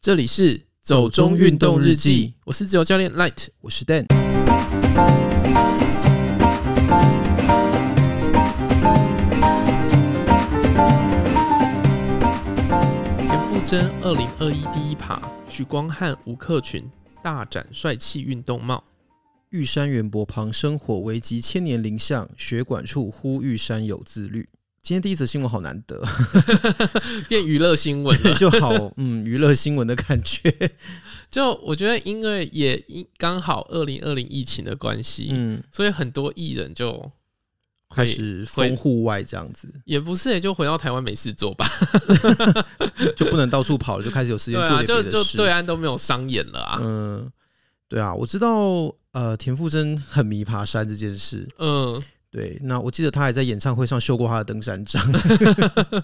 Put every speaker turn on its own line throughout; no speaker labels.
这里是走中运动日记，我是自由教练 Light。
我是 Dan。
田馥甄二零二一第一趴，许光汉、吴克群大展帅气运动帽。
玉山园博旁生火危及千年灵像，血管处呼玉山有自律。今天第一则新闻好难得，。
变娱乐新闻了
就好嗯娱乐新闻的感觉。
就我觉得，因为也因刚好二零二零疫情的关系，
嗯，
所以很多艺人就
开始封户外这样子，
也不是、就回到台湾没事做吧。
就不能到处跑了，就开始有时间
对
做
啊，
点
就
别的
就
事。
对岸都没有商演了啊。
嗯，对啊，我知道。呃，田馥甄很迷爬山这件事，
嗯，
对。那我记得他还在演唱会上秀过他的登山 杖，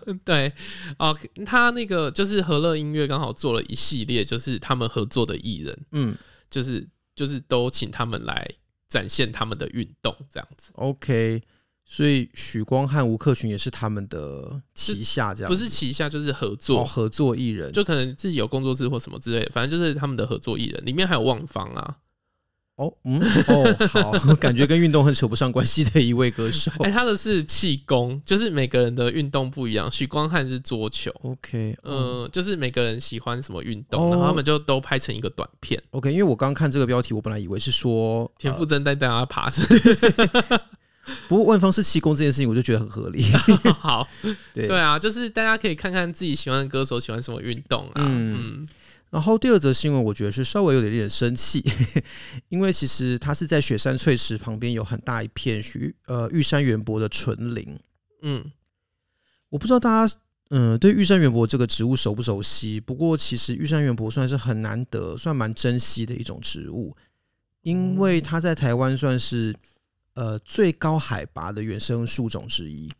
嗯对，哦，他那个就是和乐音乐刚好做了一系列，就是他们合作的艺人，
嗯
就是就是都请他们来展现他们的运动这样子，
，OK。所以许光汉、吴克群也是他们的旗下，这样
不
子
是旗下就是合作，
做哦合作艺人，
就可能自己有工作室或什么之类的，反正就是他们的合作艺人，里面还有旺芳啊，
哦，嗯，哦，好， 感觉跟运动很扯不上关系的一位歌手。
哎、他的是气功，就是每个人的运动不一样，许光汉是桌球。
OK，嗯
嗯、就是每个人喜欢什么运
哦
动，然后他们就都拍成一个短片。
，OK，因为我刚看这个标题，我本来以为是说，
田馥甄带大家爬 山，
不过万方是气功这件事情，我就觉得很合理。
好，
对
对啊，就是大家可以看看自己喜欢的歌手喜欢什么运动啊。
嗯
嗯
然后第二则新闻，我觉得是稍微有点令人生气，因为其实它是在雪山翠池旁边有很大一片雪呃玉山园博的纯林，
嗯，
我不知道大家。嗯，对玉山园博这个植物熟不熟悉？不过其实玉山园博算是很难得，算蛮珍惜的一种植物，
哦
因为它在台湾算是呃最高海拔的原生树种之一。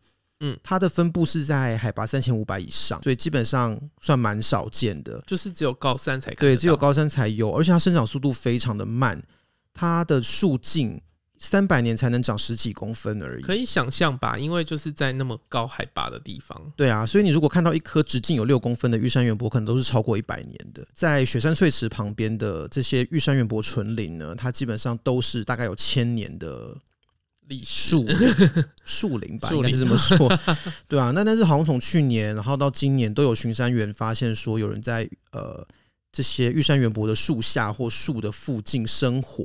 嗯，
它的分布是在海拔三千五百以上，所以基本上算蛮少见的。
就是只有高山才看得
对，
到
只有高山才有，而且它生长速度非常的慢，它的树径三百年才能长十几公分而已。
可以想象吧，因为就是在那么高海拔的地方。
对啊，所以你如果看到一棵直径有六公分的玉山园柏，可能都是超过一百年的。在雪山翠池旁边的这些玉山园柏纯林呢，它基本上都是大概有千年的
历史
树树林吧，
树
应该是这么说。对啊，那但是好像从去年然后到今年，都有巡山员发现说有人在呃这些玉山园柏的树下或树的附近生火。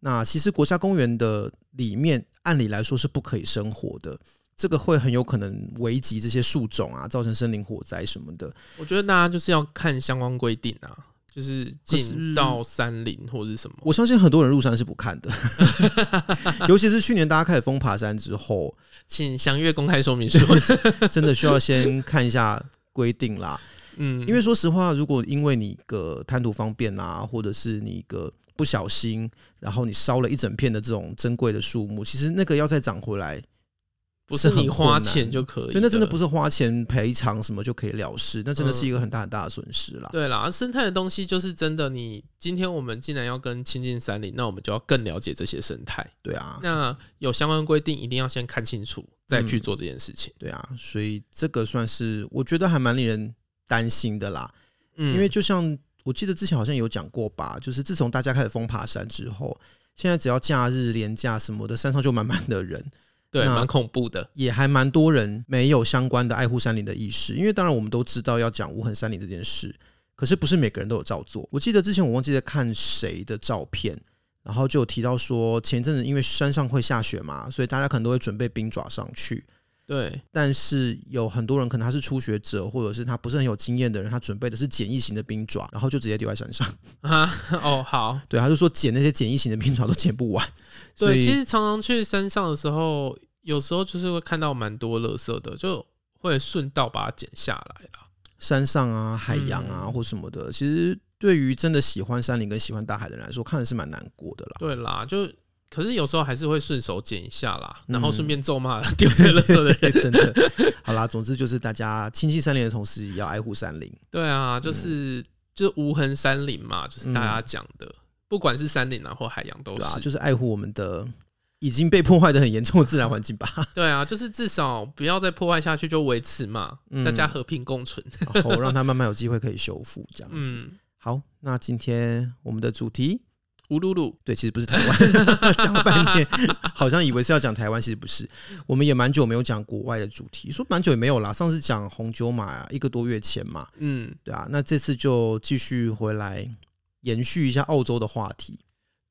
那其实国家公园的里面，按理来说是不可以生火的，这个会很有可能危及这些树种啊，造成森林火灾什么的。
我觉得大家就是要看相关规定啊，就是
可
进
是
到山林或者是什么。
我相信很多人入山是嗯不看的，尤其是去年大家开始疯爬山之后，
请详阅公开说 明书。
真的需要先看一下规定啦。
嗯，
因为说实话，如果因为你一个贪图方便啊，或者是你一个不小心，然后你烧了一整片的这种珍贵的树木，其实那个要再长回来，
不是你
是很
花
困难
钱就可以，
对，那真的不。是花钱赔偿什么就可以了事，那真的是一个很大很大的损失啦。
对啦，生态的东西就是真的你。今天我们既然要跟亲近山林，那我们就要更了解这些生态。
对啊，嗯
那有相关规定，一定要先看清楚，再去做这件事情。
对啊，所以这个算是我觉得还蛮令人担心的啦。
嗯，
因为就像我记得之前好像有讲过吧，就是自从大家开始疯爬山之后，现在只要假日、连假什么的，山上就满满的人。
对
那
蛮恐怖的。
也还蛮多人没有相关的爱护山林的意识，因为当然我们都知道要讲无痕山林这件事，可是不是每个人都有照做。我记得之前我忘记在看谁的照片，然后就有提到说前一阵子因为山上会下雪嘛，所以大家可能都会准备冰爪上去，
对，
但是有很多人可能他是初学者，或者是他不是很有经验的人，他准备的是简易型的冰爪，然后就直接丢在山上。
啊，哦，好，
对，他就说捡那些简易型的冰爪都捡不完，所
对，
以
其实常常去山上的时候，有时候就是会看到蛮多垃圾的，就会顺道把它剪下来啦。
山上啊、海洋啊、
嗯
或什么的，其实对于真的喜欢山林跟喜欢大海的人来说，看的是蛮难过的啦。
对啦，就可是有时候还是会顺手剪一下啦，然后
嗯
顺便咒骂丢在垃圾 的人。
真的，好啦，总之就是大家亲近山林的同时，也要爱护山林。
对啊，就是、就是无痕山林嘛，就是大家讲的，不管是山林嗯啊或海洋都
对
是。
啊，就是爱护我们的已经被破坏的很严重的自然环境吧。
对啊，就是至少不要再破坏下去，就维持嘛，
嗯
大家和平共存。
然后让它慢慢有机会可以修复，这样子。
嗯，
好，那今天我们的主题，
乌鲁鲁，
对，其实不是台湾，讲了半 天，好像以为是要讲台湾，其实不是。我们也蛮久没有讲国外的主题，说蛮久也没有啦。上次讲红酒马一个多月前嘛，
嗯，
对啊，那这次就继续回来延续一下澳洲的话题，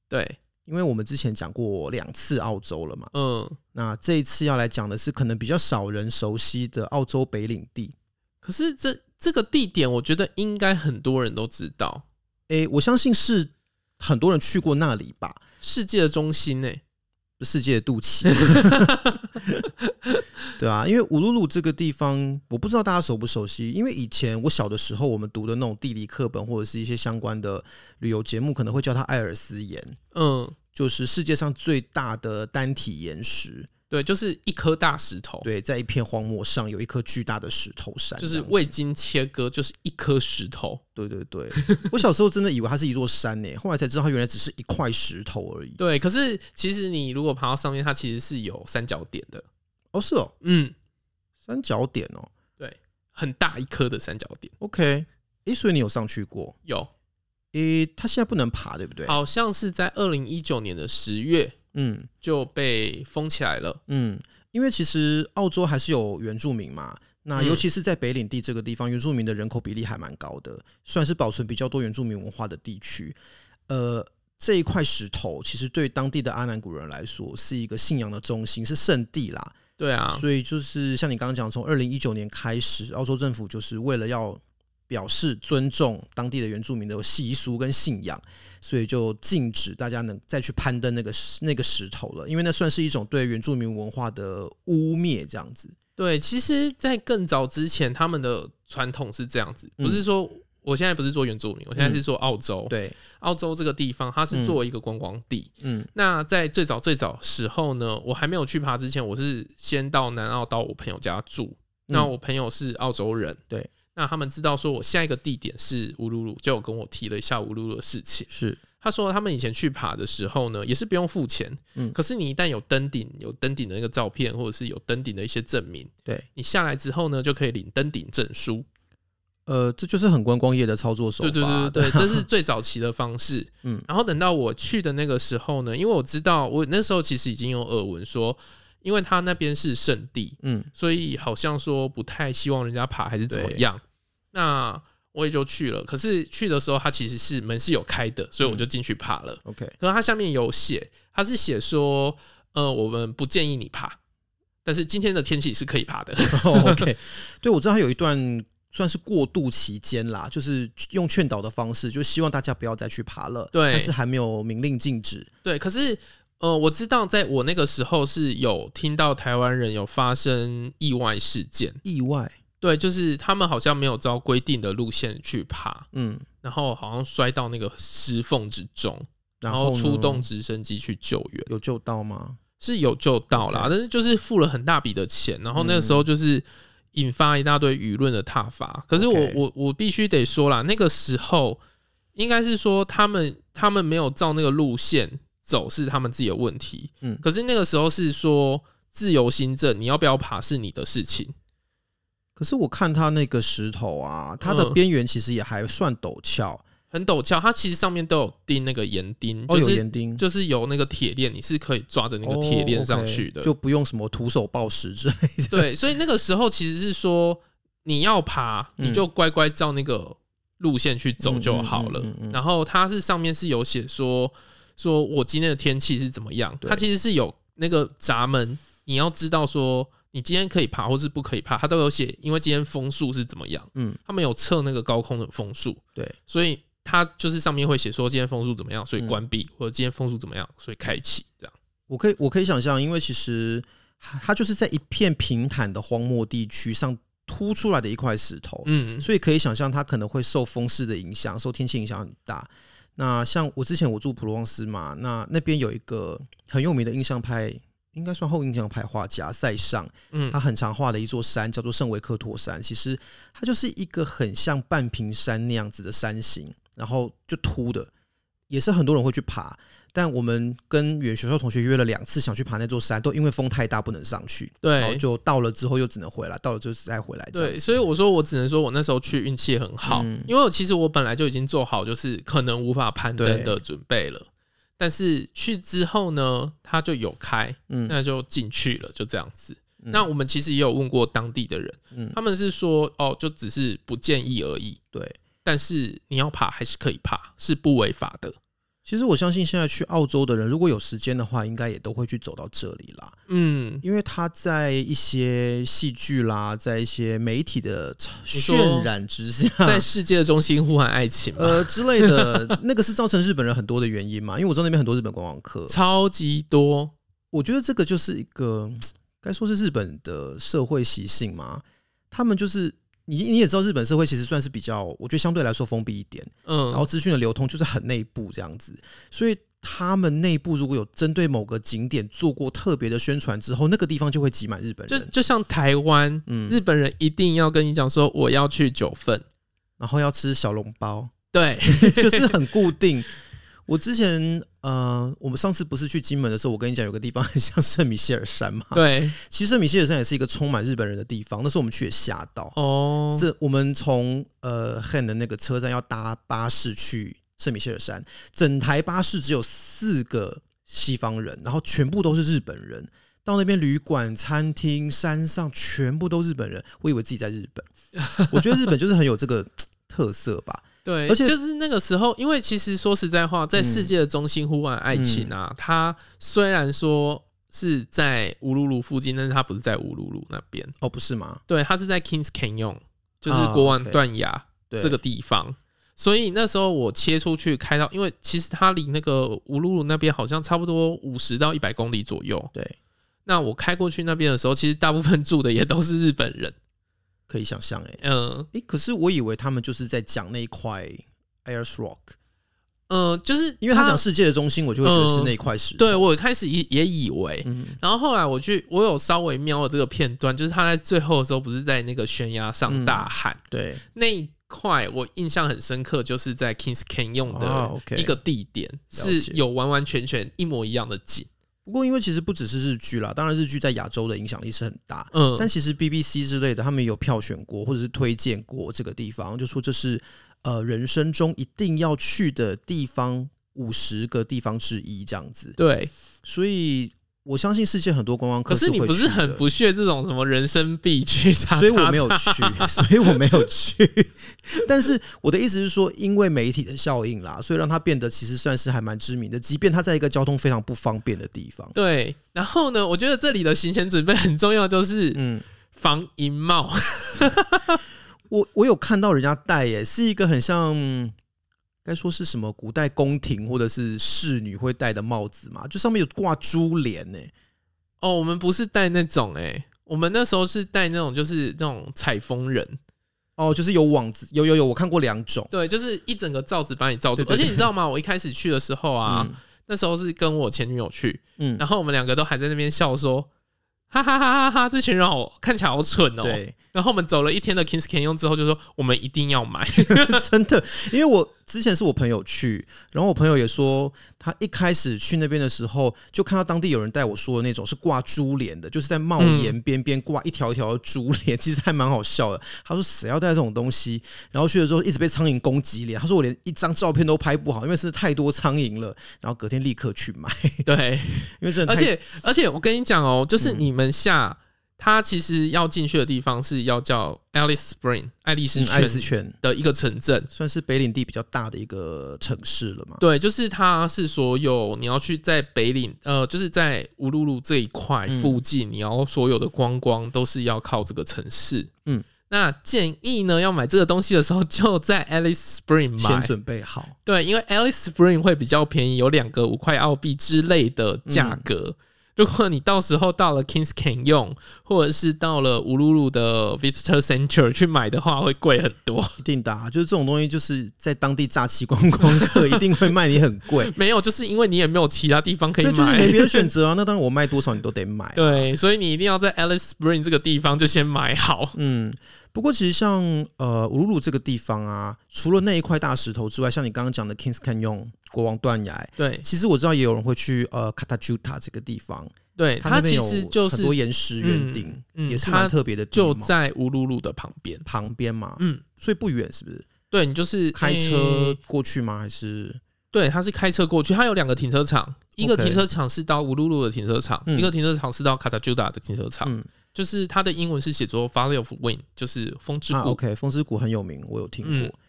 对，
因为我们之前讲过两次澳洲了嘛。
嗯。
那这一次要来讲的是可能比较少人熟悉的澳洲北领地。
可是这这个地点，我觉得应该很多人都知道，
诶、我相信是很多人去过那里吧，
世界的中心欸呢、
世界的肚脐， 对啊，因为乌鲁鲁这个地方，我不知道大家熟不熟悉，因为以前我小的时候，我们读的那种地理课本或者是一些相关的旅游节目，可能会叫它艾尔斯岩，
嗯，
就是世界上最大的单体岩石。
对，就是一颗大石头，
对，在一片荒漠上有一颗巨大的石头山，
就
这
是
样子
未经切割，就是一颗石头。
对对对，我小时候真的以为它是一座山呢，后来才知道它原来只是一块石头而已。
对，可是其实你如果爬到上面，它其实是有三角点的，
哦，是哦，
嗯，
三角点哦
很大一颗的三角点，
，OK，诶，所以你有上去过？
有，
诶，它现在不能爬，对不对？
好像是在二零一九年的十月
嗯。
就被封起来了。
嗯，因为其实澳洲还是有原住民嘛，那
嗯
尤其是在北领地这个地方，原住民的人口比例还蛮高的，算是保存比较多原住民文化的地区。呃，这一块石头其实对当地的阿南古人来说是一个信仰的中心，是圣地啦。
对啊，
所以就是像你刚刚讲，从二零一九年开始，澳洲政府就是为了要表示尊重当地的原住民的习俗跟信仰，所以就禁止大家能再去攀登那个石那个石头了，因为那算是一种对原住民文化的污蔑，这样子。
对，其实，在更早之前，他们的传统是这样子，
嗯
不是说。我现在不是做原住民，我现在是做澳洲。
对，
澳洲这个地方，它是作为一个观光地。
嗯
那在最早最早时候呢，我还没有去爬之前，我是先到南澳到我朋友家住。那我朋友是澳洲人，
嗯对，
那他们知道说我下一个地点是乌鲁鲁，就有跟我提了一下乌鲁鲁的事情。
是，
他说他们以前去爬的时候呢，也是不用付钱，
嗯
可是你一旦有登顶，有登顶的那个照片，或者是有登顶的一些证明，
对，
你下来之后呢，就可以领登顶证书。
呃，这就是很观光业的操作手法。
对对对对，对，这是最早期的方式。
嗯
嗯，然后等到我去的那个时候呢，因为我知道我那时候其实已经有耳闻说，因为他那边是圣地，
嗯
所以好像说不太希望人家爬还是怎么样。那我也就去了，可是去的时候它其实是门是有开的，所以我就进去爬了。
，OK，
可是它下面有写，它是写说，呃，我们不建议你爬，但是今天的天气是可以爬的。
哦 OK，对，我知道他有一段算是过渡期间啦，就是用劝导的方式，就希望大家不要再去爬了。
对
但是还没有明令禁止。
对，可是呃，我知道在我那个时候是有听到台湾人有发生意外事件，
意外，
对，就是他们好像没有照规定的路线去爬，
嗯，
然后好像摔到那个石缝之中，然后
呢
出动直升机去救援，
有救到吗？
是有救到啦
OK 嗯
但是就是付了很大笔的钱，然后那个时候就是。引发一大堆舆论的挞伐，可是我
OK
我我必须得说啦，那个时候应该是说他们他们没有照那个路线走是他们自己的问题，
嗯
可是那个时候是说自由新政，你要不要爬是你的事情，
可是我看它那个石头啊，它的
嗯
边缘其实也还算陡峭，
很陡峭，它其实上面都有钉那个岩钉，
哦，
就
有
是、
岩钉，
就是有那个铁链，你是可以抓着那个铁链上去的。
哦，OK，就不用什么徒手抱石之类的。
对，所以那个时候其实是说你要爬，
嗯
你就乖乖照那个路线去走就好了。
嗯嗯嗯嗯嗯
然后它是上面是有写说，说我今天的天气是怎么样，
对
它其实是有那个闸门，你要知道说你今天可以爬或是不可以爬，它都有写，因为今天风速是怎么样，
嗯，
他们有测那个高空的风速，
对，
所以它就是上面会写说今天风速怎么样，所以
嗯
关闭，或者今天风速怎么样，所以开启这样。
我可以，我可以想象，因为其实它它就是在一片平坦的荒漠地区上凸出来的一块石头，
嗯，
所以可以想象它可能会受风势的影响，受天气影响很大。那像我之前我住普罗旺斯嘛，那那边有一个很有名的印象派，应该算后印象派画家塞尚，
嗯
他很常画的一座山叫做圣维克托山，其实它就是一个很像半屏山那样子的山形，然后就凸的，也是很多人会去爬。但我们跟远学校同学约了两次想去爬那座山，都因为风太大不能上去，然后
对
就到了之后又只能回来，到了就是再回来这
对，
样。
所以我说我只能说我那时候去运气很好，
嗯
因为我其实我本来就已经做好就是可能无法攀登的
对
准备了，但是去之后呢，他就有开，
嗯
那就进去了，就这样子。
嗯
那我们其实也有问过当地的人，
嗯，
他们是说哦，就只是不建议而已，
对。
但是你要爬还是可以爬，是不违法的。
其实我相信现在去澳洲的人，如果有时间的话，应该也都会去走到这里啦。
嗯，
因为他在一些戏剧啦，在一些媒体的
说
渲染之下，
在世界的中心呼喊爱情嘛，
嗯呃之类的，那个是造成日本人很多的原因嘛。因为我知道那边很多日本观光客，
超级多。
我觉得这个就是一个该说是日本的社会习性嘛。他们就是你你也知道，日本社会其实算是比较，我觉得相对来说封闭一点，
嗯，
然后资讯的流通就是很内部这样子，所以。他们内部如果有针对某个景点做过特别的宣传之后，那个地方就会挤满日本
就
人，
就像台湾，
嗯
日本人一定要跟你讲说我要去九份，
然后要吃小笼包，
对，
就是很固定。我之前呃，我们上次不是去金门的时候，我跟你讲有个地方 很像圣米歇尔山嘛。，
对，
其实圣米歇尔山也是一个充满日本人的地方。那时候我们去也吓到，
哦，
这我们从呃 Han 的那个车站要搭巴士去圣米歇尔山，整台巴士只有四个西方人，然后全部都是日本人。到那边旅馆、餐厅、山上全部都日本人， 我以为自己在日本。我觉得日本就是很有这个特色吧。
对，
而且
就是那个时候，因为其实说实在话，在世界的中心呼唤爱情
嗯
啊，它虽然说是在乌鲁鲁附近，但是它不是在乌鲁鲁那边，
哦，不 是吗？
对，它是在 Kings Canyon，就是
啊
国王
OK
断崖
对，
这个地方。所以那时候我切出去开到，因为其实它离那个乌鲁鲁那边好像差不多五十到一百公里左右。
对，
那我开过去那边的时候，其实大部分住的也都是日本人。
可以想象哎、欸，
嗯
诶，可是我以为他们就是在讲那一块 Ayers Rock，
呃，就是
因为他讲世界的中心，我就会觉得是那一块石
嗯
头。
对我一开始也也以为，
嗯
然后后来我去，我有稍微瞄了这个片段，就是他在最后的时候不是在那个悬崖
嗯
上大喊、
对，
那一块，我印象很深刻，就是在 Kings Canyon
哦
的
，OK
一个地点、
解
是有完完全全一模一样的景，
不过因为其实不只是日剧啦，当然日剧在亚洲的影响力是很大，
嗯，
但其实 BBC 之类的他们有票选过或者是推荐过这个地方，就说这是呃人生中一定要去的地方五十个地方之一这样子。
对。
所以我相信世界很多观光客
可是你
会
不是
去
很
的
不屑这种什么人生必 去， 叉叉叉
所以我没有去， 所以我没有去。但是我的意思是说，因为媒体的效应啦，所以让它变得其实算是还蛮知名的，即便它在一个交通非常不方便的地方。
对，然后呢？我觉得这里的行前准备很重要，就是
嗯，
防银帽。
我我有看到人家戴耶，是一个很像。该说是什么古代宫廷或者是侍女会戴的帽子嘛，就上面有挂珠帘呢、
哦，我们不是带那种哎、我们那时候是带那种就是那种采风人，
哦，就是有网子，有有有，我看过两种。
对，就是一整个罩子把你罩住。
对对对
而且你知道吗？我一开始去的时候啊，
嗯
那时候是跟我前女友去，
嗯，
然后我们两个都还在那边笑说。哈哈哈哈哈！这群人好看起来好蠢哦。
对，
然后我们走了一天的 Kings Canyon 之后，就说我们一定要 买。
真的，因为我之前是我朋友去，然后我朋友也说，他一开始去那边的时候，就看到当地有人带我说的那种是挂珠帘的，就是在帽檐边边挂一条一条的珠帘， 其实还蛮好笑的。他说谁要带这种东西？然后去了之后一直被苍蝇攻击脸，他说我连一张照片都拍不好，因为真的太多苍蝇了。然后隔天立刻去买，
对，
因为真的
而
太
且而且我跟你讲哦，
嗯
就是你们下，它其实要进去的地方是要叫 Alice Spring 爱丽丝
嗯爱丽丝
泉
泉
的一个城镇。
算是北领地比较大的一个城市了嘛。
对，就是它是所有你要去在北岭，呃，就是在乌鲁鲁这一块
嗯
附近，你要所有的观光都是要靠这个城市。
嗯，
那建议呢，要买这个东西的时候，就在 Alice Spring
先
买。
准备好，
对，因为 Alice Spring 会比较便宜，有两个五块澳币之类的价
嗯
格。如果你到时候到了 Kings Canyon，或者是到了乌鲁鲁的 Visitor Center 去买的话，会贵很多。
一定的、啊，就是这种东西，就是在当地诈欺观光客一定会卖你很贵。
没有，就是因为你也没有其他地方可以
对，
买，
就是没别的选择啊。那当然，我卖多少你都得买。
对，所以你一定要在 Alice Spring 这个地方就先买好。
嗯，不过其实像呃乌鲁鲁这个地方啊，除了那一块大石头之外，啊像你刚刚讲的 Kings Canyon 国王断崖，
对
其实我知道也有人会去呃卡塔朱塔这个地方，
对，
那
它
边
其
有
实就
很
是
多岩石
嗯
园顶，
嗯
也是
它
蛮特别的地
就
貌
在乌鲁鲁的旁边。
旁边嘛，
嗯，
所以不远是不是？
对你就是
开车
诶
过去吗？还是
对，它是开车过去，它有两个停车场，一个
OK
停车场是到乌鲁鲁的停车场，
嗯
一个停车场是到卡塔朱达的停车场。
嗯
就是它的英文是写作 Valley of Wind，就是风之
啊
谷。
？OK，风之谷很有名，我有听
嗯
过。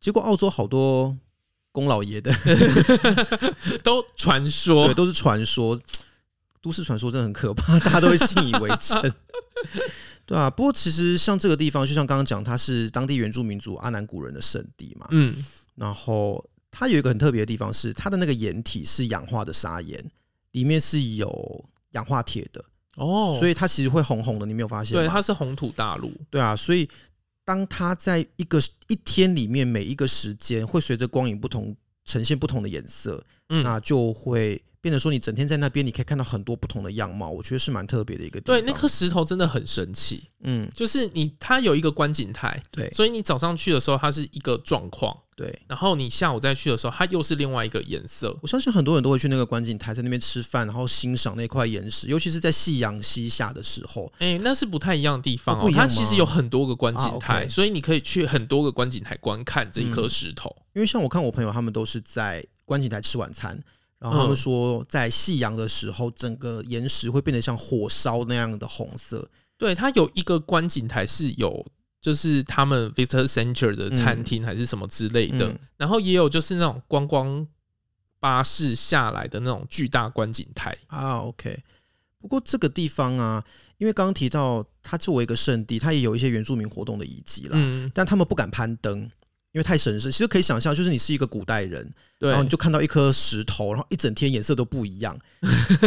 结果澳洲好多公老爷的，
都传说
对，都是传说，都市传说真的很可怕，大家都会信以为真。对啊，不过其实像这个地方，就像刚刚讲，它是当地原住民族阿南古人的圣地嘛。
嗯，
然后它有一个很特别的地方是，它的那个岩体是氧化的砂岩，里面是有氧化铁的，
哦，
所
以
以它其实会红红的，你没有发现吗？
对，它是红土大陆，
对啊，所以当它在一个一天里面每一个时间会随着光影不同呈现不同的颜色，
嗯
那就会变得说你整天在那边，你可以看到很多不同的样貌，我觉得是蛮特别的一个地方。
对，那颗石头真的很神奇，
嗯，
就是你它有一个观景台，
对
所以你早上去的时候它是一个状况，
对，
然后你下午再去的时候它又是另外一个颜色，
我相信很多人都会去那个观景台，在那边吃饭，然后欣赏那块岩石，尤其是在夕阳西下的时候。
哎、那是不太一样的地方
哦
哦
不。一样
它
吗
其实有很多个观景台，
啊，OK
所以你可以去很多个观景台观看这一颗石头。
因为像我看我朋友他们都是在观景台吃晚餐，然后他
嗯
们说在夕阳的时候，整个岩石会变得像火烧那样的红色。
对，它有一个观景台是有，就是他们 Visitor Center 的餐厅还是什么之类的，
嗯
然后也有就是那种观光巴士下来的那种巨大观景台。
啊，OK。不过这个地方啊，因为刚刚提到它作为一个圣地，它也有一些原住民活动的遗迹啦，
嗯，
但他们不敢攀登，因为太神圣。其实可以想象，就是你是一个古代人，
对
然后。你就看到一颗石头，然后一整天颜色都不一 样，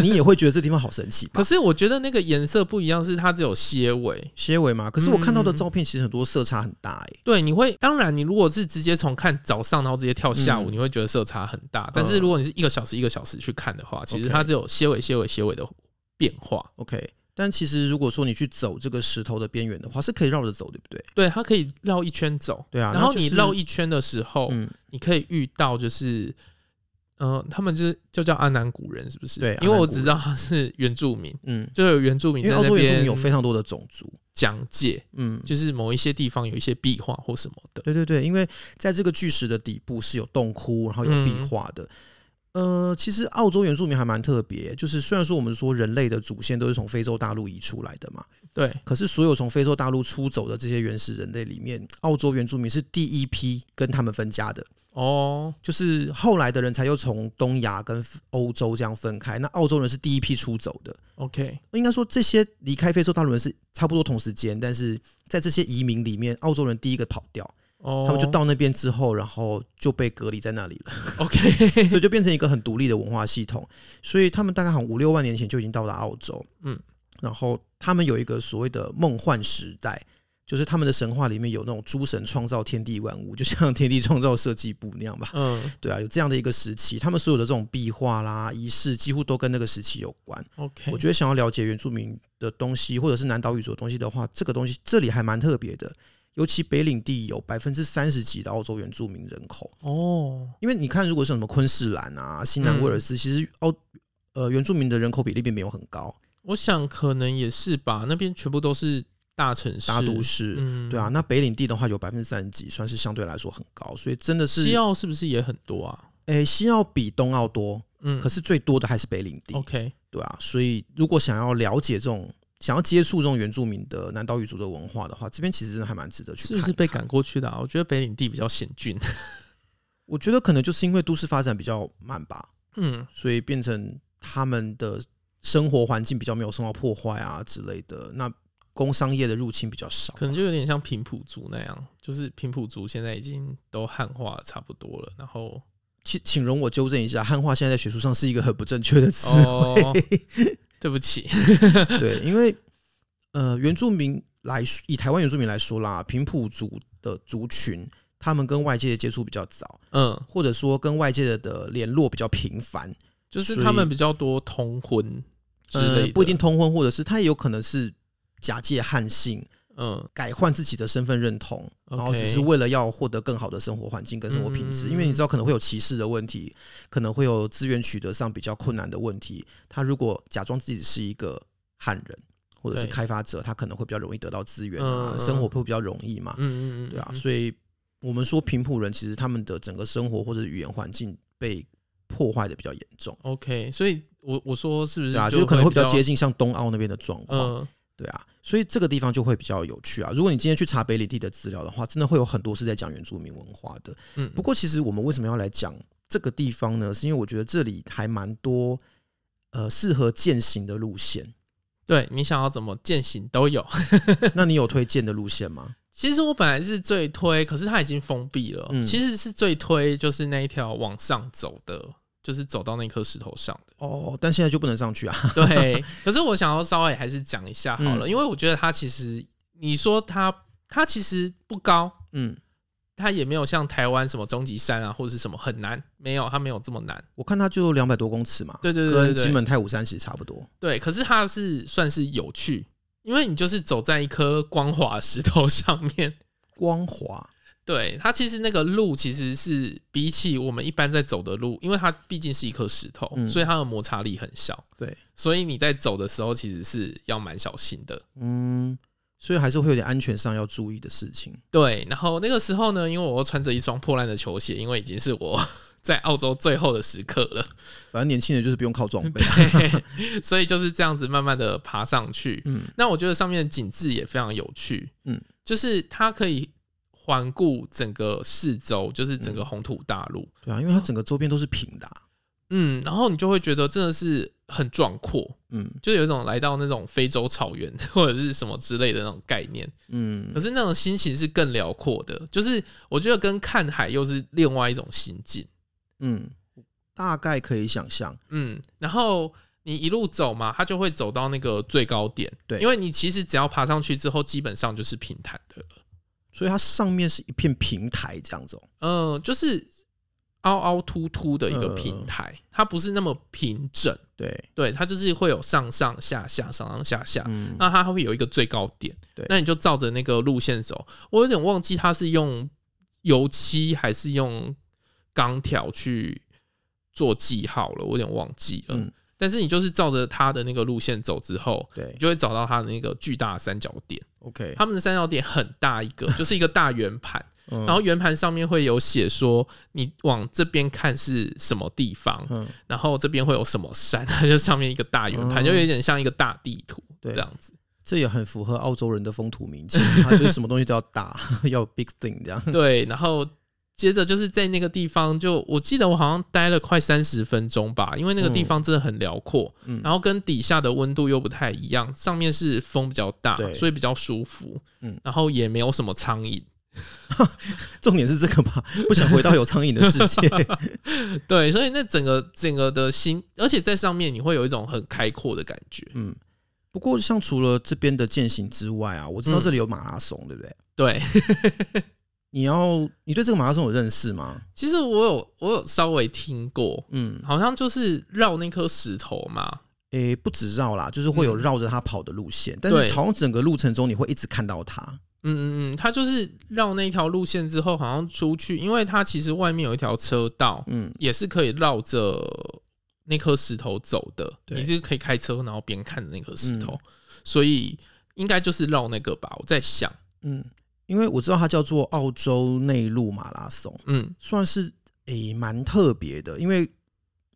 你也会觉得这地方好神奇吧
可？是我觉得那个颜色不一样，是它只有些尾。
些尾嘛，可是我看到的
嗯
照片其实很多色差很大哎、
对，你会当然，你如果是直接从看早上，然后直接跳下午，
嗯
你会觉得色差很大。但是
嗯
如果你是一个小时一个小时去看的话，其实
OK
它只有些尾、些尾、些尾的变化。
OK，但其实如果说你去走这个石头的边缘的话，是可以绕着走，对不对？
对，它可以绕一圈走。
对啊，
然后
那
你
就是
绕一圈的时候，
嗯，
你可以遇到就是，呃，他们就是就叫阿南古人，是不是？
对
因为
阿南古人
我只知道他是原住民，
嗯，
就有原住民
因
在
为澳
那
洲原住民
边
有非常多的种族，
讲解，
嗯，
就是某一些地方有一些壁画或什么的。
对对对，因为在这个巨石的底部是有洞窟，然后有壁画的。呃，其实澳洲原住民还蛮特别，就是虽然说我们说人类的祖先都是从非洲大陆移出来的嘛，
对，
可是所有从非洲大陆出走的这些原始人类里面，澳洲原住民是第一批跟他们分家的，
哦，
就是后来的人才又从东亚跟欧洲这样分开。那澳洲人是第一批出走的，
OK，
应该说这些离开非洲大陆人是差不多同时间，但是在这些移民里面，澳洲人第一个跑掉。
哦，
他们就到那边之后，然后就被隔离在那里了，
OK，
所以就变成一个很独立的文化系统。所以他们大概好像五六万年前就已经到达澳洲，
嗯
嗯，然后他们有一个所谓的梦幻时代，就是他们的神话里面有那种诸神创造天地万物，就像天地创造设计部那样吧。
嗯
对啊，有这样的一个时期，他们所有的这种壁画啦、仪式，几乎都跟那个时期有关。
，OK，
我觉得想要了解原住民的东西，或者是南岛语族的东西的话，这个东西这里还蛮特别的。尤其北领地有百分之三十几的澳洲原住民人口，
哦，
因为你看，如果像什么昆士兰啊、新南
嗯
威尔斯，其实澳呃原住民的人口比例并没有很高，
我想可能也是吧，那边全部都是大城市，
大都市，
嗯，
对啊。。那北领地的话有百分之三十几，算是相对来说很高，所以真的是
西，澳是不是也很多啊？
诶、西澳比东澳多，
嗯，哦
可是最多的还是北领地，
OK，
对啊。所以如果想要了解这种。想要接触这种原住民的南岛语族的文化的话，这边其实真的还蛮值得去
是
看
不
看。
是被赶过去的、啊？我觉得北领地比较险峻。
我觉得可能就是因为都市发展比较慢吧，
嗯，
所以变成他们的生活环境比较没有受到破坏啊之类的。那工商业的入侵比较少，
可能就有点像平埔族那样，就是平埔族现在已经都汉化得差不多了，然 后
请请容我纠正一下，汉化现在在学术上是一个很不正确的词，
哦，对不起，
对，因为呃，原住民来说以台湾原住民来说啦，平埔族的族群，他们跟外界的接触比较早，
嗯，
或者说跟外界的的联络比较频繁，
就是
所以
他们比较多通婚之类的，
呃不一定通婚，或者是他也有可能是假借汉姓。
嗯，
改换自己的身份认同，然后只是
OK
为了要获得更好的生活环境跟生活品质，
嗯
因为你知道可能会有歧视的问题，可能会有资源取得上比较困难的问题。他如果假装自己是一个汉人或者是
对
开发者，他可能会比较容易得到资源
嗯
啊，
嗯嗯
生活会比较容易嘛，
嗯嗯嗯，
对啊，
嗯
所以我们说平埔人其实他们的整个生活或者语言环境被破坏的比较严重，
OK，所以我我说是不是
对啊，就可能会比较接
近？
近像东澳那边的状况。
嗯
对啊，所以这个地方就会比较有趣啊。如果你今天去查北领地的资料的话，真的会有很多是在讲原住民文化的。
嗯，
不过，其实我们为什么要来讲这个地方呢？是因为我觉得这里还蛮多呃适合践行的路线。
对你想要怎么践行都有。
那你有推荐的路线吗？
其实我本来是最推，可是它已经封闭了。
嗯
其实是最推就是那一条往上走的，就是走到那颗石头上的。
哦，但现在就不能上去啊。
对，可是我想要稍微还是讲一下好了，
嗯
因为我觉得它其实你说它它其实不高，
嗯，
它也没有像台湾什么终极山啊或者是什么很难，没有它没有这么难。
我看它就两百多公尺嘛，
对对对对
跟
对
金门太武山其实差不多。
对，可是它是算是有趣，因为你就是走在一颗光滑石头上面。
光华，
对，它其实那个路其实是比起我们一般在走的路，因为它毕竟是一颗石头，
嗯
所以它的摩擦力很小，
对，
所以你在走的时候其实是要蛮小心的。
嗯，所以还是会有点安全上要注意的事情。
对，然后那个时候呢，因为我又穿着一双破烂的球鞋，因为已经是我 在澳洲最后的时刻 了，
反正年轻人就是不用靠装 备。
对，所以就是这样子慢慢的爬上去。
嗯
那我觉得上面的景致也非常有趣，
嗯，
就是它可以环顾整个四周，就是整个红土大陆，
对啊，因为它整个周边都是平的啊、
嗯，然后你就会觉得真的是很壮阔，
嗯
就有一种来到那种非洲草原 或者是什么之类的那种概念。
嗯
可，是那种心情是更辽阔的，就是我觉得跟看海又是另外一种心境。
嗯，大概可以想象，
嗯，然后你一路走嘛，它就会走到那个最高点。
对
因为你其实只要爬上去之后，基本上就是平坦的了。
所以它上面是一片平台这样子、哦。
嗯、就是凹凹凸凸的一
嗯
个平台，它不是那么平整，
对，
对，它就是会有上上下下、上上下下。
嗯，
那它会有一个最高点，
对
那你就照着那个路线走。我有点忘记它是用油漆还是用钢条去做记号了，我有点忘记了。
嗯
但是你就是照着它的那个路线走之后，
对
你就会找到它的那个巨大的三角点。
，OK，
他们的三角点很大一 个，就是一个大圆盘，
然
然后圆盘上面会有写说你往这边看是什么地方，
嗯，
然后这边会有什么山，它就上面一个大圆盘，
哦
就有点像一个大地图
对
这样子。
这也很符合澳洲人的风土民情，他就是什么东西都要大， 要有 big thing 这样。
对，然后接着就是在那个地方就，我记得我好像待了快三十分钟吧，因为那个地方真的很辽阔，
嗯
然后跟底下的温度又不太一样，上面是风比较大
对，
所以比较舒服，
嗯
然后也没有什么苍蝇，
重点是这个吧，不想回到有苍蝇的世界。
对，所以那整个整个的心，而且在上面你会有一种很开阔的感觉，
嗯，不过像除了这边的践行之外啊，我知道
嗯
这里有马拉松，对不对？
对。
你要，你对这个马拉松有认识吗？
其实我有我有稍微听过，
嗯，
好像就是绕那颗石头嘛，
诶、不止绕啦，就是会有绕着它跑的路线，但是
对
好像整个路程中你会一直看到它。
嗯嗯嗯，他就是绕那条路线之后，好像出去，因为它其实外面有一条车道，
嗯，
也是可以绕着那颗石头走的。
对嗯
你是可以开车，然后边看着那颗石头，所以应该就是绕那个吧。我在想，
嗯，因为我知道它叫做澳洲内陆马拉松，
嗯
算是诶蛮、特别的。因为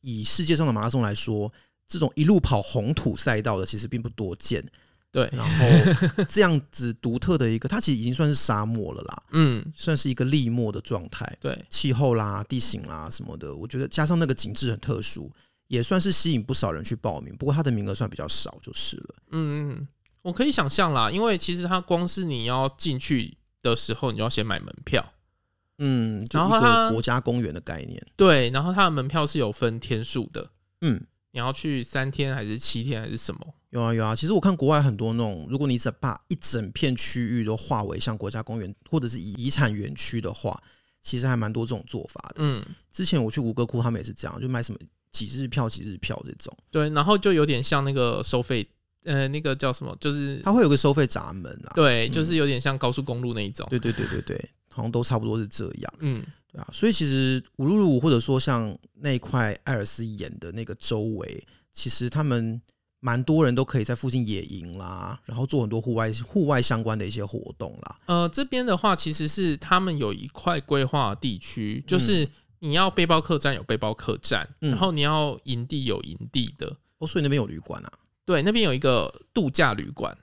以世界上的马拉松来说，这种一路跑红土赛道的其实并不多见。
对，
然后这样子独特的一个，它其实已经算是沙漠了啦，
嗯
算是一个砾漠的状态，
对，
气候啦、地形啦什么的，我觉得加上那个景致很特殊。也算是吸引不少人去报名，不过它的名额算比较少就是了。
嗯嗯，我可以想象啦，因为其实它光是你要进去的时候，你就要先买门票，
嗯，就
然
一
后它
个国家公园的概念。
对，然后它的门票是有分天数的，
嗯，
你要去三天还是七天还是什么？
有啊有啊，其实我看国外很多那种，如果你只把一整片区域都划为像国家公园或者是遗遗产园区的话，其实还蛮多这种做法的。
嗯。
之前我去吴哥窟，他们也是这样，就买什么几日票、几日票这种。
对，然后就有点像那个收费呃那个叫什么，就是
它会有个收费闸门啊。
对，就是有点像高速公路那一种。
对对对对对，好像都差不多是这样，
嗯，
对啊。所以其实五路路或者说像那一块艾尔斯演的那个周围，其实他们蛮多人都可以在附近野营啦，然后做很多户外户外相关的一些活动啦。
呃，这边的话其实是他们有一块规划地区，就是你要背包客栈有背包客栈，
嗯
然后你要营地有营地的。
哦，所以那边有旅馆啊
对，那边有一个度假旅馆，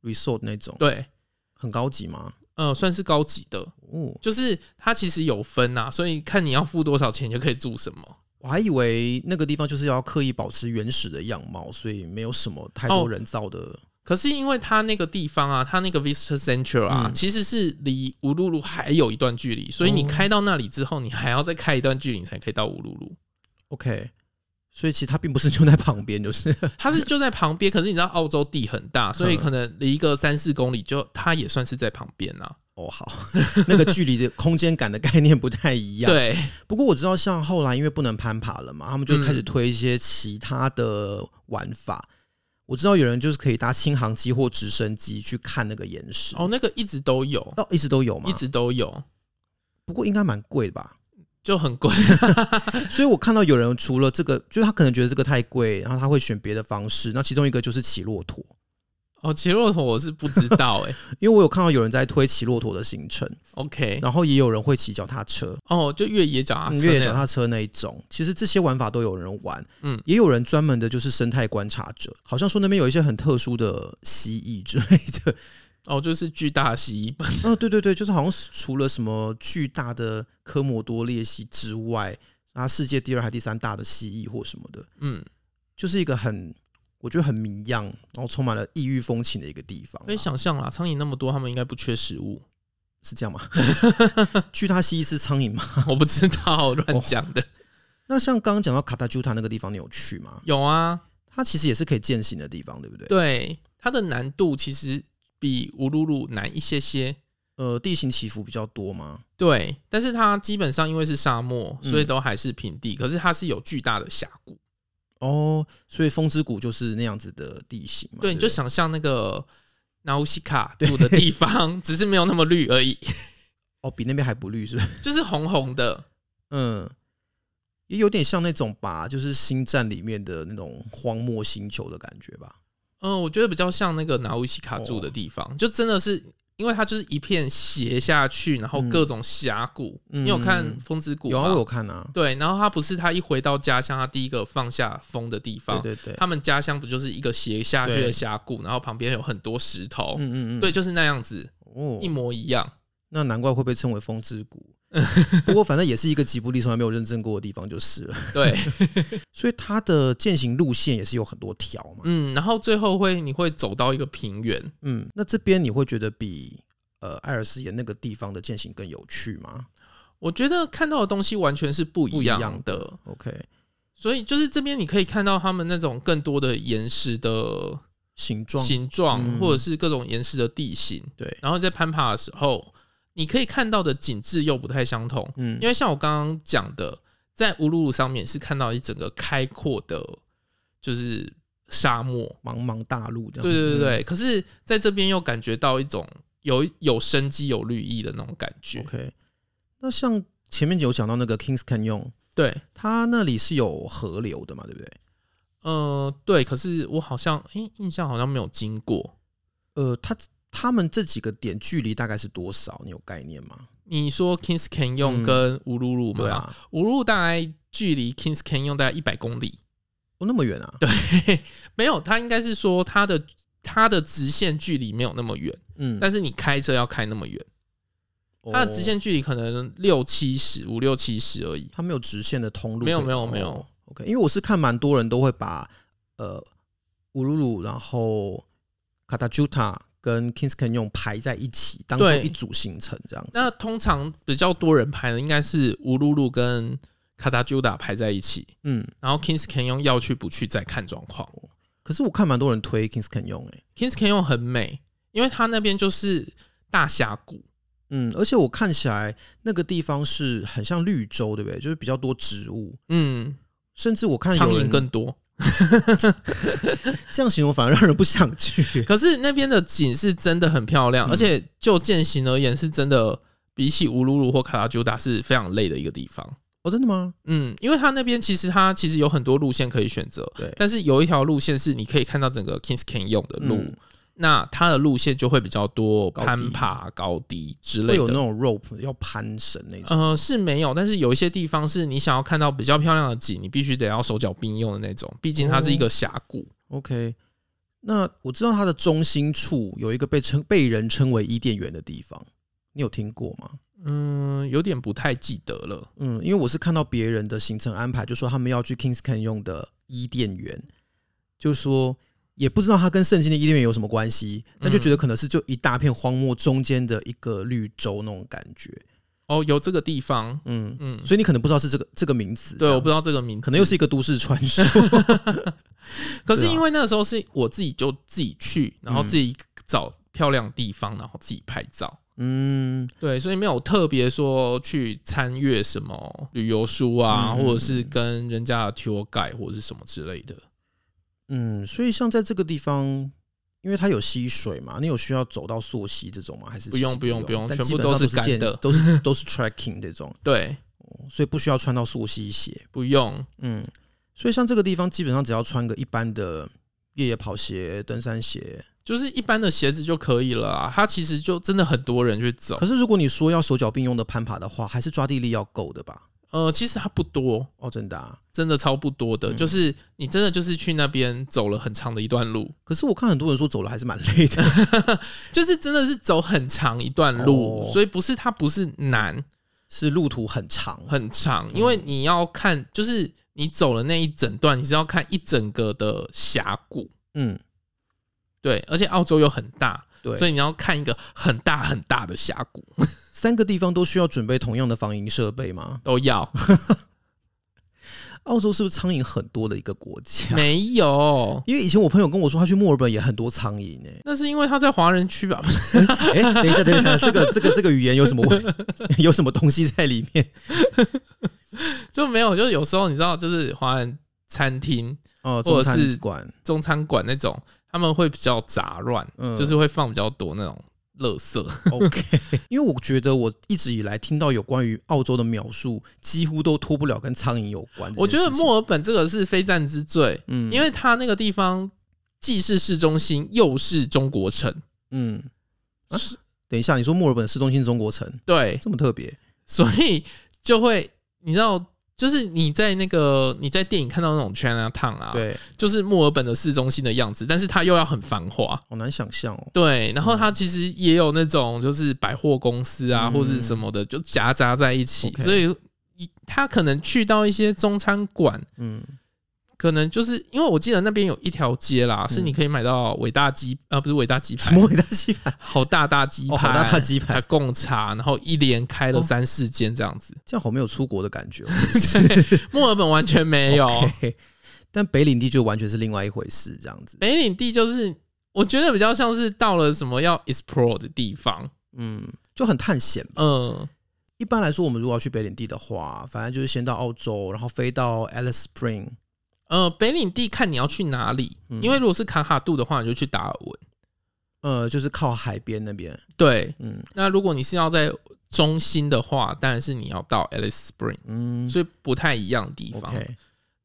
，resort 那种，
对，
很高级吗？
呃，算是高级的，
哦，
就是它其实有分呐、所以看你要付多少钱就可以住什么。
我还以为那个地方就是要刻意保持原始的样貌，所以没有什么太
哦
多人造的。
可是因为它那个地方啊，它那个 Vista Central 啊，
嗯
其实是离乌鲁鲁还有一段距离，所以你
哦
开到那里之后，你还要再开一段距离，你才可以到乌鲁 鲁。
OK，所以其实它并不是就在旁边，就是
它是就在旁边，可是你知道澳洲地很大，所以可能离个三四公里就，它也算是在旁边啊。
哦，好， 那个距离的空间感的概念不太一样。，
对，
不过我知道，像后来因为不能攀爬了嘛，他们就开始
嗯
推一些其他的玩法。我知道有人就是可以搭轻航机或直升机去看那个岩石，
哦，那个一直都有，
哦，一直都有嘛
一。直都有，
不过应该蛮贵的吧？
就很贵。
所以我看到有人除了这个，就是他可能觉得这个太贵，然后他会选别的方式。那其中一个就是骑骆驼，
哦，骑骆驼我是不知道 哎、
因为我有看到有人在推骑骆驼的行程，
OK，
然后也有人会骑脚踏车。
哦，就越野脚踏车
嗯
那样，
越野脚踏车那一种，其实这些玩法都有人玩，
嗯
嗯，也有人专门的就是生态观察者，好像说那边有一些很特殊的蜥蜴之类的。
哦，就是巨大的蜥蜴本。
哦，对对对，就是好像是除了什么巨大的科摩多鬣蜥之外，啊，世界第二还第三大的蜥蜴或什么的，
嗯，
就是一个很我觉得很迷样，然后充满了异域风情的一个地方啊。
可以想象啦，苍蝇那么多，他们应该不缺食物。
是这样吗？ 巨大蜥蜴是苍蝇吗？
我不知道，
哦
乱讲的。
那像刚刚讲到卡塔朱塔那个地方，你有去吗？
有啊，
它其实也是可以践行的地方，对不对？
对，它的难度其实比乌鲁鲁难一些些。
呃，地形起伏比较多吗？
对，但是它基本上因为是沙漠，
嗯
所以都还是平地。可是它是有巨大的峡谷，
哦，所以风之谷就是那样子的地形嘛。
对，
对，
你就，想象那个纳乌西卡住的地方，只是没有那么绿而已，
哦，比那边还不绿是不是？
就是红红的。
嗯，也有点像那种吧，就是星战里面的那种荒漠星球的感觉吧。
嗯，我觉得比较像那个纳乌西卡住
哦
的地方，就真的是因为它就是一片斜下去，然后
嗯
各种峡谷。
嗯
你有看《风之谷》
有
吗？
啊，我有看啊。
对，然后他不是他一回到家乡，他第一个放下风的地方，
对对对，
他们家乡不就是一个斜下去的
对
峡谷，然后旁边有很多石头，
嗯嗯嗯，
对，就是那样子，
哦
一，模一样。
那难怪会被称为风 之谷。不过反正也是一个吉卜力从来没有认证过的地方就是了，
对，
所以它的践行路线也是有很多条嘛。
嗯，然后最后会你会走到一个平原，
嗯，那这边你会觉得比呃艾尔斯岩那个地方的践行更有趣吗
我觉得看到的东西完全是不一样
不一样
的
？OK，
所以就是这边你可以看到他们那种更多的岩石的
形状
形状，
嗯
或者是各种岩石的地形，
对，
然后在攀爬的时候，你可以看到的景致又不太相同。
嗯
因为像我刚刚讲的，在乌鲁鲁上面是看到一整个开阔的，就是沙漠。
茫茫大陆这样。嗯
对对对对，可是在这边又感觉到一种有有生机、有绿意的那种感觉。
o k 那像前面有讲到那个 Kings Canyon，
对，
它那里是有河流的嘛，对不对？
呃，对，可是我好像诶、印象好像没有经过。
呃，它他们这几个点距离大概是多少？你有概念吗？
你说 Kings Canyon
嗯
跟乌鲁鲁
对
嘛，
啊，
乌鲁鲁大概距离 Kings Canyon 大概一百公里。
哦，那么远啊。
对，没有，它应该是说它的它的直线距离没有那么远，
嗯，
但是你开车要开那么远。它的直
哦，
线距离可能六七十、五六七十而已。
它没有直线的通路可以
没有
跑，
没有没有
哦 OK，因为我是看蛮多人都会把呃乌鲁鲁，然后卡塔朱塔跟 Kings Canyon 排在一起，当做
对
一组行程这样子。
那通常比较多人排的应该是乌鲁鲁跟卡达朱达排在一起，
嗯，
然后 Kings Canyon 要去不去再看状况。
可是我看蛮多人推 Kings Canyon 哎、
Kings Canyon 很美，因为它那边就是大峡谷，
嗯，而且我看起来那个地方是很像绿洲，对不对？就是比较多植物，
嗯，
甚至我看
苍
有
蝇
人
更多。
这样形容反而让人不 想去。
可是那边的景是真的很漂
嗯
亮，而且就践行而言，是真的比起乌鲁鲁或卡拉久达是非常累的一个地方。
哦，真的吗？
嗯，因为它那边其实它其实有很多路线可以选择，
对
但是有一条路线是你可以看到整个 Kings Can 用的路，
嗯
那它的路线就会比较多
高低
攀爬、高低之
会
类
有那
的。
种 rope 要攀绳那种。
呃，是没有，但是有一些地方是你想要看到比较漂亮的景，你必须得要手脚并用的那种，毕竟它
哦
是一个峡谷。
OK，那我知道它的中心处有一个被称被人称为伊甸园的地方，你有听过吗？
嗯，有点不太记得了。
嗯，因为我是看到别人的行程安排，就说他们要去 Kings Can 用的伊甸园，就说也不知道它跟圣经的伊甸园有什么关系，但就
嗯
觉得可能是就一大片荒漠中间的一个绿洲那种感觉。
哦，有这个地方，
嗯，
嗯，
所以你可能不知道是这个这个名词，
对，
这样
我不知道这个名字，
可能又是一个都市传 说。
可是
对啊
因为那个时候是我自己就自己去，然后自己找漂亮地方，然后自己拍照。
嗯，
对，所以没有特别说去参阅什么旅游书啊，
嗯嗯嗯
或者是跟人家的 tour guide 或者是什么之类的。
嗯，所以像在这个地方，因为它有溪水嘛，你有需要走到溯溪这种吗？还是
不
其实
用不用
不
不用
但
全
基
部
本
都
上
是
都
干
健
的
都是都是 trekking 这种，
对，
所以不需要穿到溯溪鞋。
不用，
嗯，所以像这个地方，基本上只要穿个一般的越野跑鞋、登山鞋。
就是一般的鞋子就可以了啊。它其实就真的很多人去走
可，是如果你说要手脚并用的攀爬的话，还是抓地力要够的吧？
呃，其实它不多，
哦，真的、啊。
真的超不多的。
嗯
就是你真的就是去那边走了很长的一段路，
可是我看很多人说走了还是蛮累的。
就是真的是走很长一段路，
哦
所以不是它不是难，
是路途很长，
很长，因
嗯
为你要看，就是你走了那一整段，你是要看一整个的峡谷，
嗯，
对，而且澳洲又很大，
对，
所以你要看一个很大很大的峡谷
三个地方都需要准备同样的防蝇设备吗？
都 要，
澳洲是不是苍蝇很多的一个国家？
没有，
因为以前我朋友跟我说，他去墨尔本也很多苍蝇呢、
那是因为他在华人区吧？
哎、等一下，等一下，这个这个这个语言有什么问 有什么东西在里面？
就没有，就是有时候你知道，就是华人餐厅、
哦，
或
中
者
餐
是
馆，
中餐馆那种，他们会比较杂乱，
嗯，
就是会放比较多那种垃圾。
OK。因 为我觉得我一直以来听到有关于澳洲的描述，几乎都脱不了跟苍蝇有关这件事情。
我觉得墨尔本这个是非战之罪，
嗯，
因为它那个地方既是市中心，又是中国城。
嗯，啊等一下，你说墨尔本市中心中国城
对，
这么特别？
所以就会你知道，就是你在那个你在电影看到那种 China Town 啊，，
对，
就是墨尔本的市中心的样子，但是它又要很繁华。
好难想象哦。
对，然后它其实也有那种就是百货公司啊，
嗯
或者什么的，就夹杂在一起，
OK
所以一他可能去到一些中餐馆，
嗯，
可能就是因为我记得那边有一条街啦，是
嗯
你可以买到伟大鸡啊，不是伟大鸡
什
排，
么伟大鸡排？哦
好大大鸡排，
哦好大大鸡排
还有贡茶，然后一连开了
哦
三四间这样子。
这样好没有出国的感觉、哦。
墨尔本完全没有，
OK，但北领地就完全是另外一回事，这样子。
北领地就是我觉得比较像是到了什么要 explore 的地方，
嗯，就很探险吧。
嗯，
一般来说，我们如果要去北领地的话，反正就是先到澳洲，然后飞到 Alice Spring。
呃，北领地看你要去哪里，
嗯
因为如果是卡卡杜的话，你就去达尔文。
呃，就是靠海边那边，
对，
嗯
那如果你是要在中心的话，当然是你要到 Alice Spring，
嗯
所以不太一样的地方。
，OK，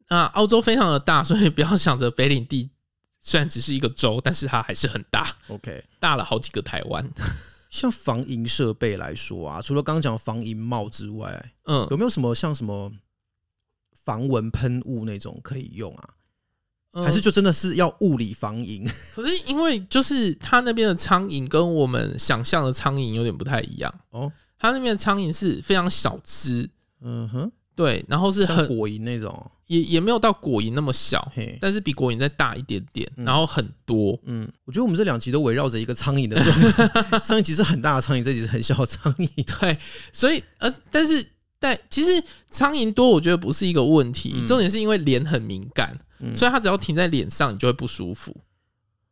那澳洲非常的大，所以不要想着北领地虽然只是一个州，但是它还是很大，
OK。
大了好几个台湾。
像防蝇设备来说啊，除了刚刚讲防蝇帽之外，
嗯，
有没有什么像什么防蚊喷雾那种可以用啊？
嗯
还是就真的是要物理防蝇？
可是因为就是它那边的苍蝇跟我们想象的苍蝇有点不太一样
哦，
它那边的苍蝇是非常小只，
嗯哼，
对，然后是
像
很
果蝇那种，
也也没有到果蝇那么小，
嘿，
但是比果蝇再大一点点，
嗯
然后很多。
嗯，我觉得我们这两集都围绕着一个苍蝇 的状态。上一集是很大的苍蝇，这集是很小的苍蝇。
对，所以呃，但是但其实苍蝇多，我觉得不是一个问题，
嗯
重点是因为脸很敏感，
嗯
所以它只要停在脸上，你就会不舒服。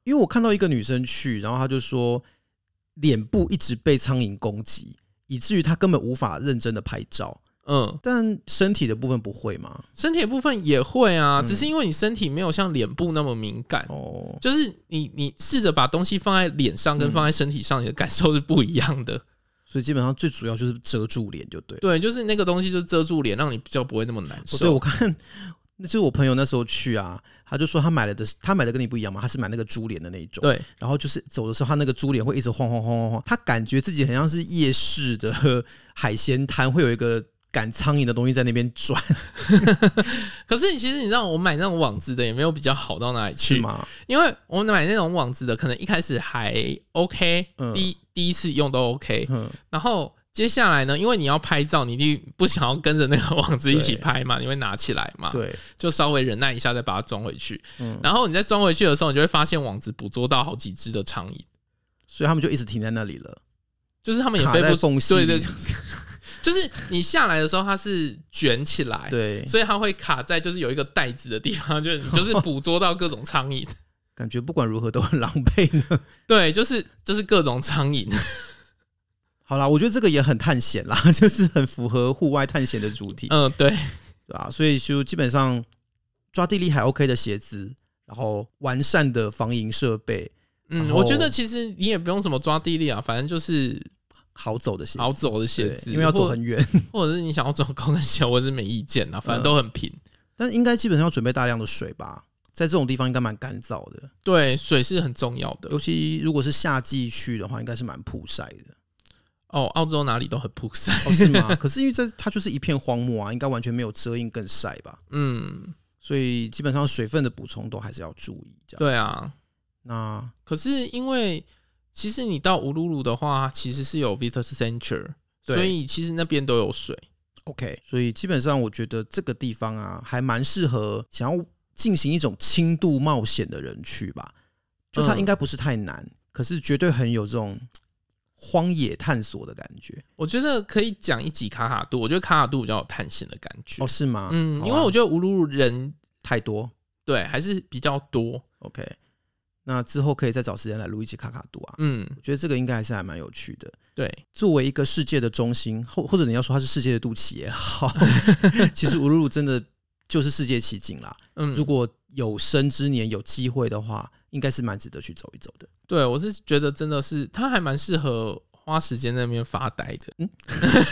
因为我看到一个女生去，然后她就说脸部一直被苍蝇攻击，以至于她根本无法认真的拍照。
嗯，
但身体的部分不会吗？
身体的部分也会啊，只是因为你身体没有像脸部那么敏感，
嗯哦，
就是你你试着把东西放在脸上
嗯
跟放在身体上，你的感受是不一样的。
所以基本上最主要就是遮住脸就对了。
对，就是那个东西就遮住脸，让你比较不会那么难
哦对，我
受。
看 那就是我朋友那时候去啊，他就说他买了的是，他买的跟你不一样嘛，他是买那个猪脸的那一种。
对，
然后就是走的时候，他那个猪脸会一直晃晃晃晃晃，他感觉自己很像是夜市的呵海鲜摊，会有一个赶苍蝇的东西在那边转，
可是其实你知道，我买那种网子的也没有比较好到哪里
是
去，
吗？
因为我买那种网子的，可能一开始还 OK，、
嗯
第一第一次用都 OK，
嗯，
然后接下来呢，因为你要拍照，你一定不想要跟着那个网子一起
对
拍嘛，你会拿起来嘛，
对，
就稍微忍耐一下，再把它装回去。
嗯
然后你再装回去的时候，你就会发现网子捕捉到好几只的苍蝇，
所以他们就一直停在那里了。
就是它们也
卡
飞
在
不
缝隙
对对
里，
就是你下来的时候它是卷起来，
对，
所以它会卡在就是有一个袋子的地方，就是你就是捕捉到各种苍蝇，
感觉不管如何都很狼狈呢。
对，就是就是各种苍蝇。
好啦，我觉得这个也很探险啦， 就是很符合户外探险的主题，
嗯，对，
对吧、所以就基本上抓地力还 OK 的鞋子，然后完善的防蝇设备，
嗯，
然
我觉
后
得其实你也不用什么抓地力啊，反正就是
好走的鞋子，
好走的鞋
对
子，
因为要走
或
很远。
或者是你想要走高跟鞋，我是没意见啊啦，反正
嗯
都很平。
但应该基本上要准备大量的水吧，在这种地方应该蛮干燥的，
对，水是很重要的
尤其如果是夏季去的话，应该是蛮曝晒 的，
哦。澳洲哪里都很曝晒，
哦是吗？可是因为这它就是一片荒漠啊，应该完全没有遮荫更晒吧，
嗯，
所以基本上水分的补充都还是要注意这样。
对，啊。
那
可是因为其实你到乌鲁鲁的话，其实是有 Vitor Center，
对
所以其实那边都有水。
OK，所以基本上我觉得这个地方啊，还蛮适合想要进行一种轻度冒险的人去吧，就它
嗯
应该不是太难，可是绝对很有这种荒野探索的感觉
我觉得可以讲一集卡卡杜，我觉得卡卡杜比较有探险的感觉。
哦，是吗？
嗯，
好啊
因为我觉得乌鲁鲁人
太多。
对还是比较多。
OK，那之后可以再找时间来录一集卡卡杜啊。
嗯，
我觉得这个应该还是还蛮有趣的。
对，
作为一个世界的中心，或或者你要说它是世界的肚脐也好， 其实乌鲁鲁真的就是世界奇景啦。
嗯，
如果有生之年有机会的话，应该是蛮值得去走一走的。
对我是觉得真的是他还蛮适合花时间在那边发呆的。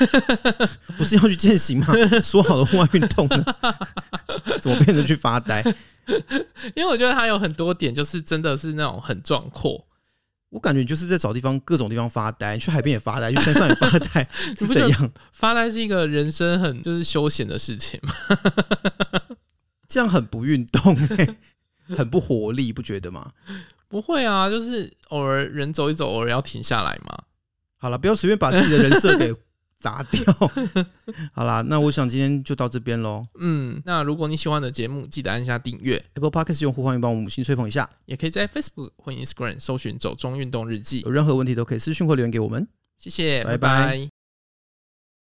不是要去践行吗？ 说好的户外运动呢？ 怎么变成去发呆？
因为我觉得它有很多点，就是真的是那种很壮阔，
我感觉你就是在找地方，各种地方发呆。你去海边也发呆，去山上也发 呆，是
不觉得
怎样？
发呆是一个人生很就是休闲的事情嘛。
这样很不运动、欸，很不活力，不觉得吗？
不会啊，就是偶尔人走一走，偶尔要停下来嘛。
好了，不要随便把自己的人设给砸掉。 好啦，那我想今天就到这边喽。
嗯，那如果你喜欢的节目，记得按下订阅，
Apple Podcast 用户欢迎帮我们五星吹捧一下，
也可以在 Facebook 或 Instagram 搜寻“走中运动日记
有任何问题都可以私讯或留言给我们。”。
谢谢，
拜拜
拜拜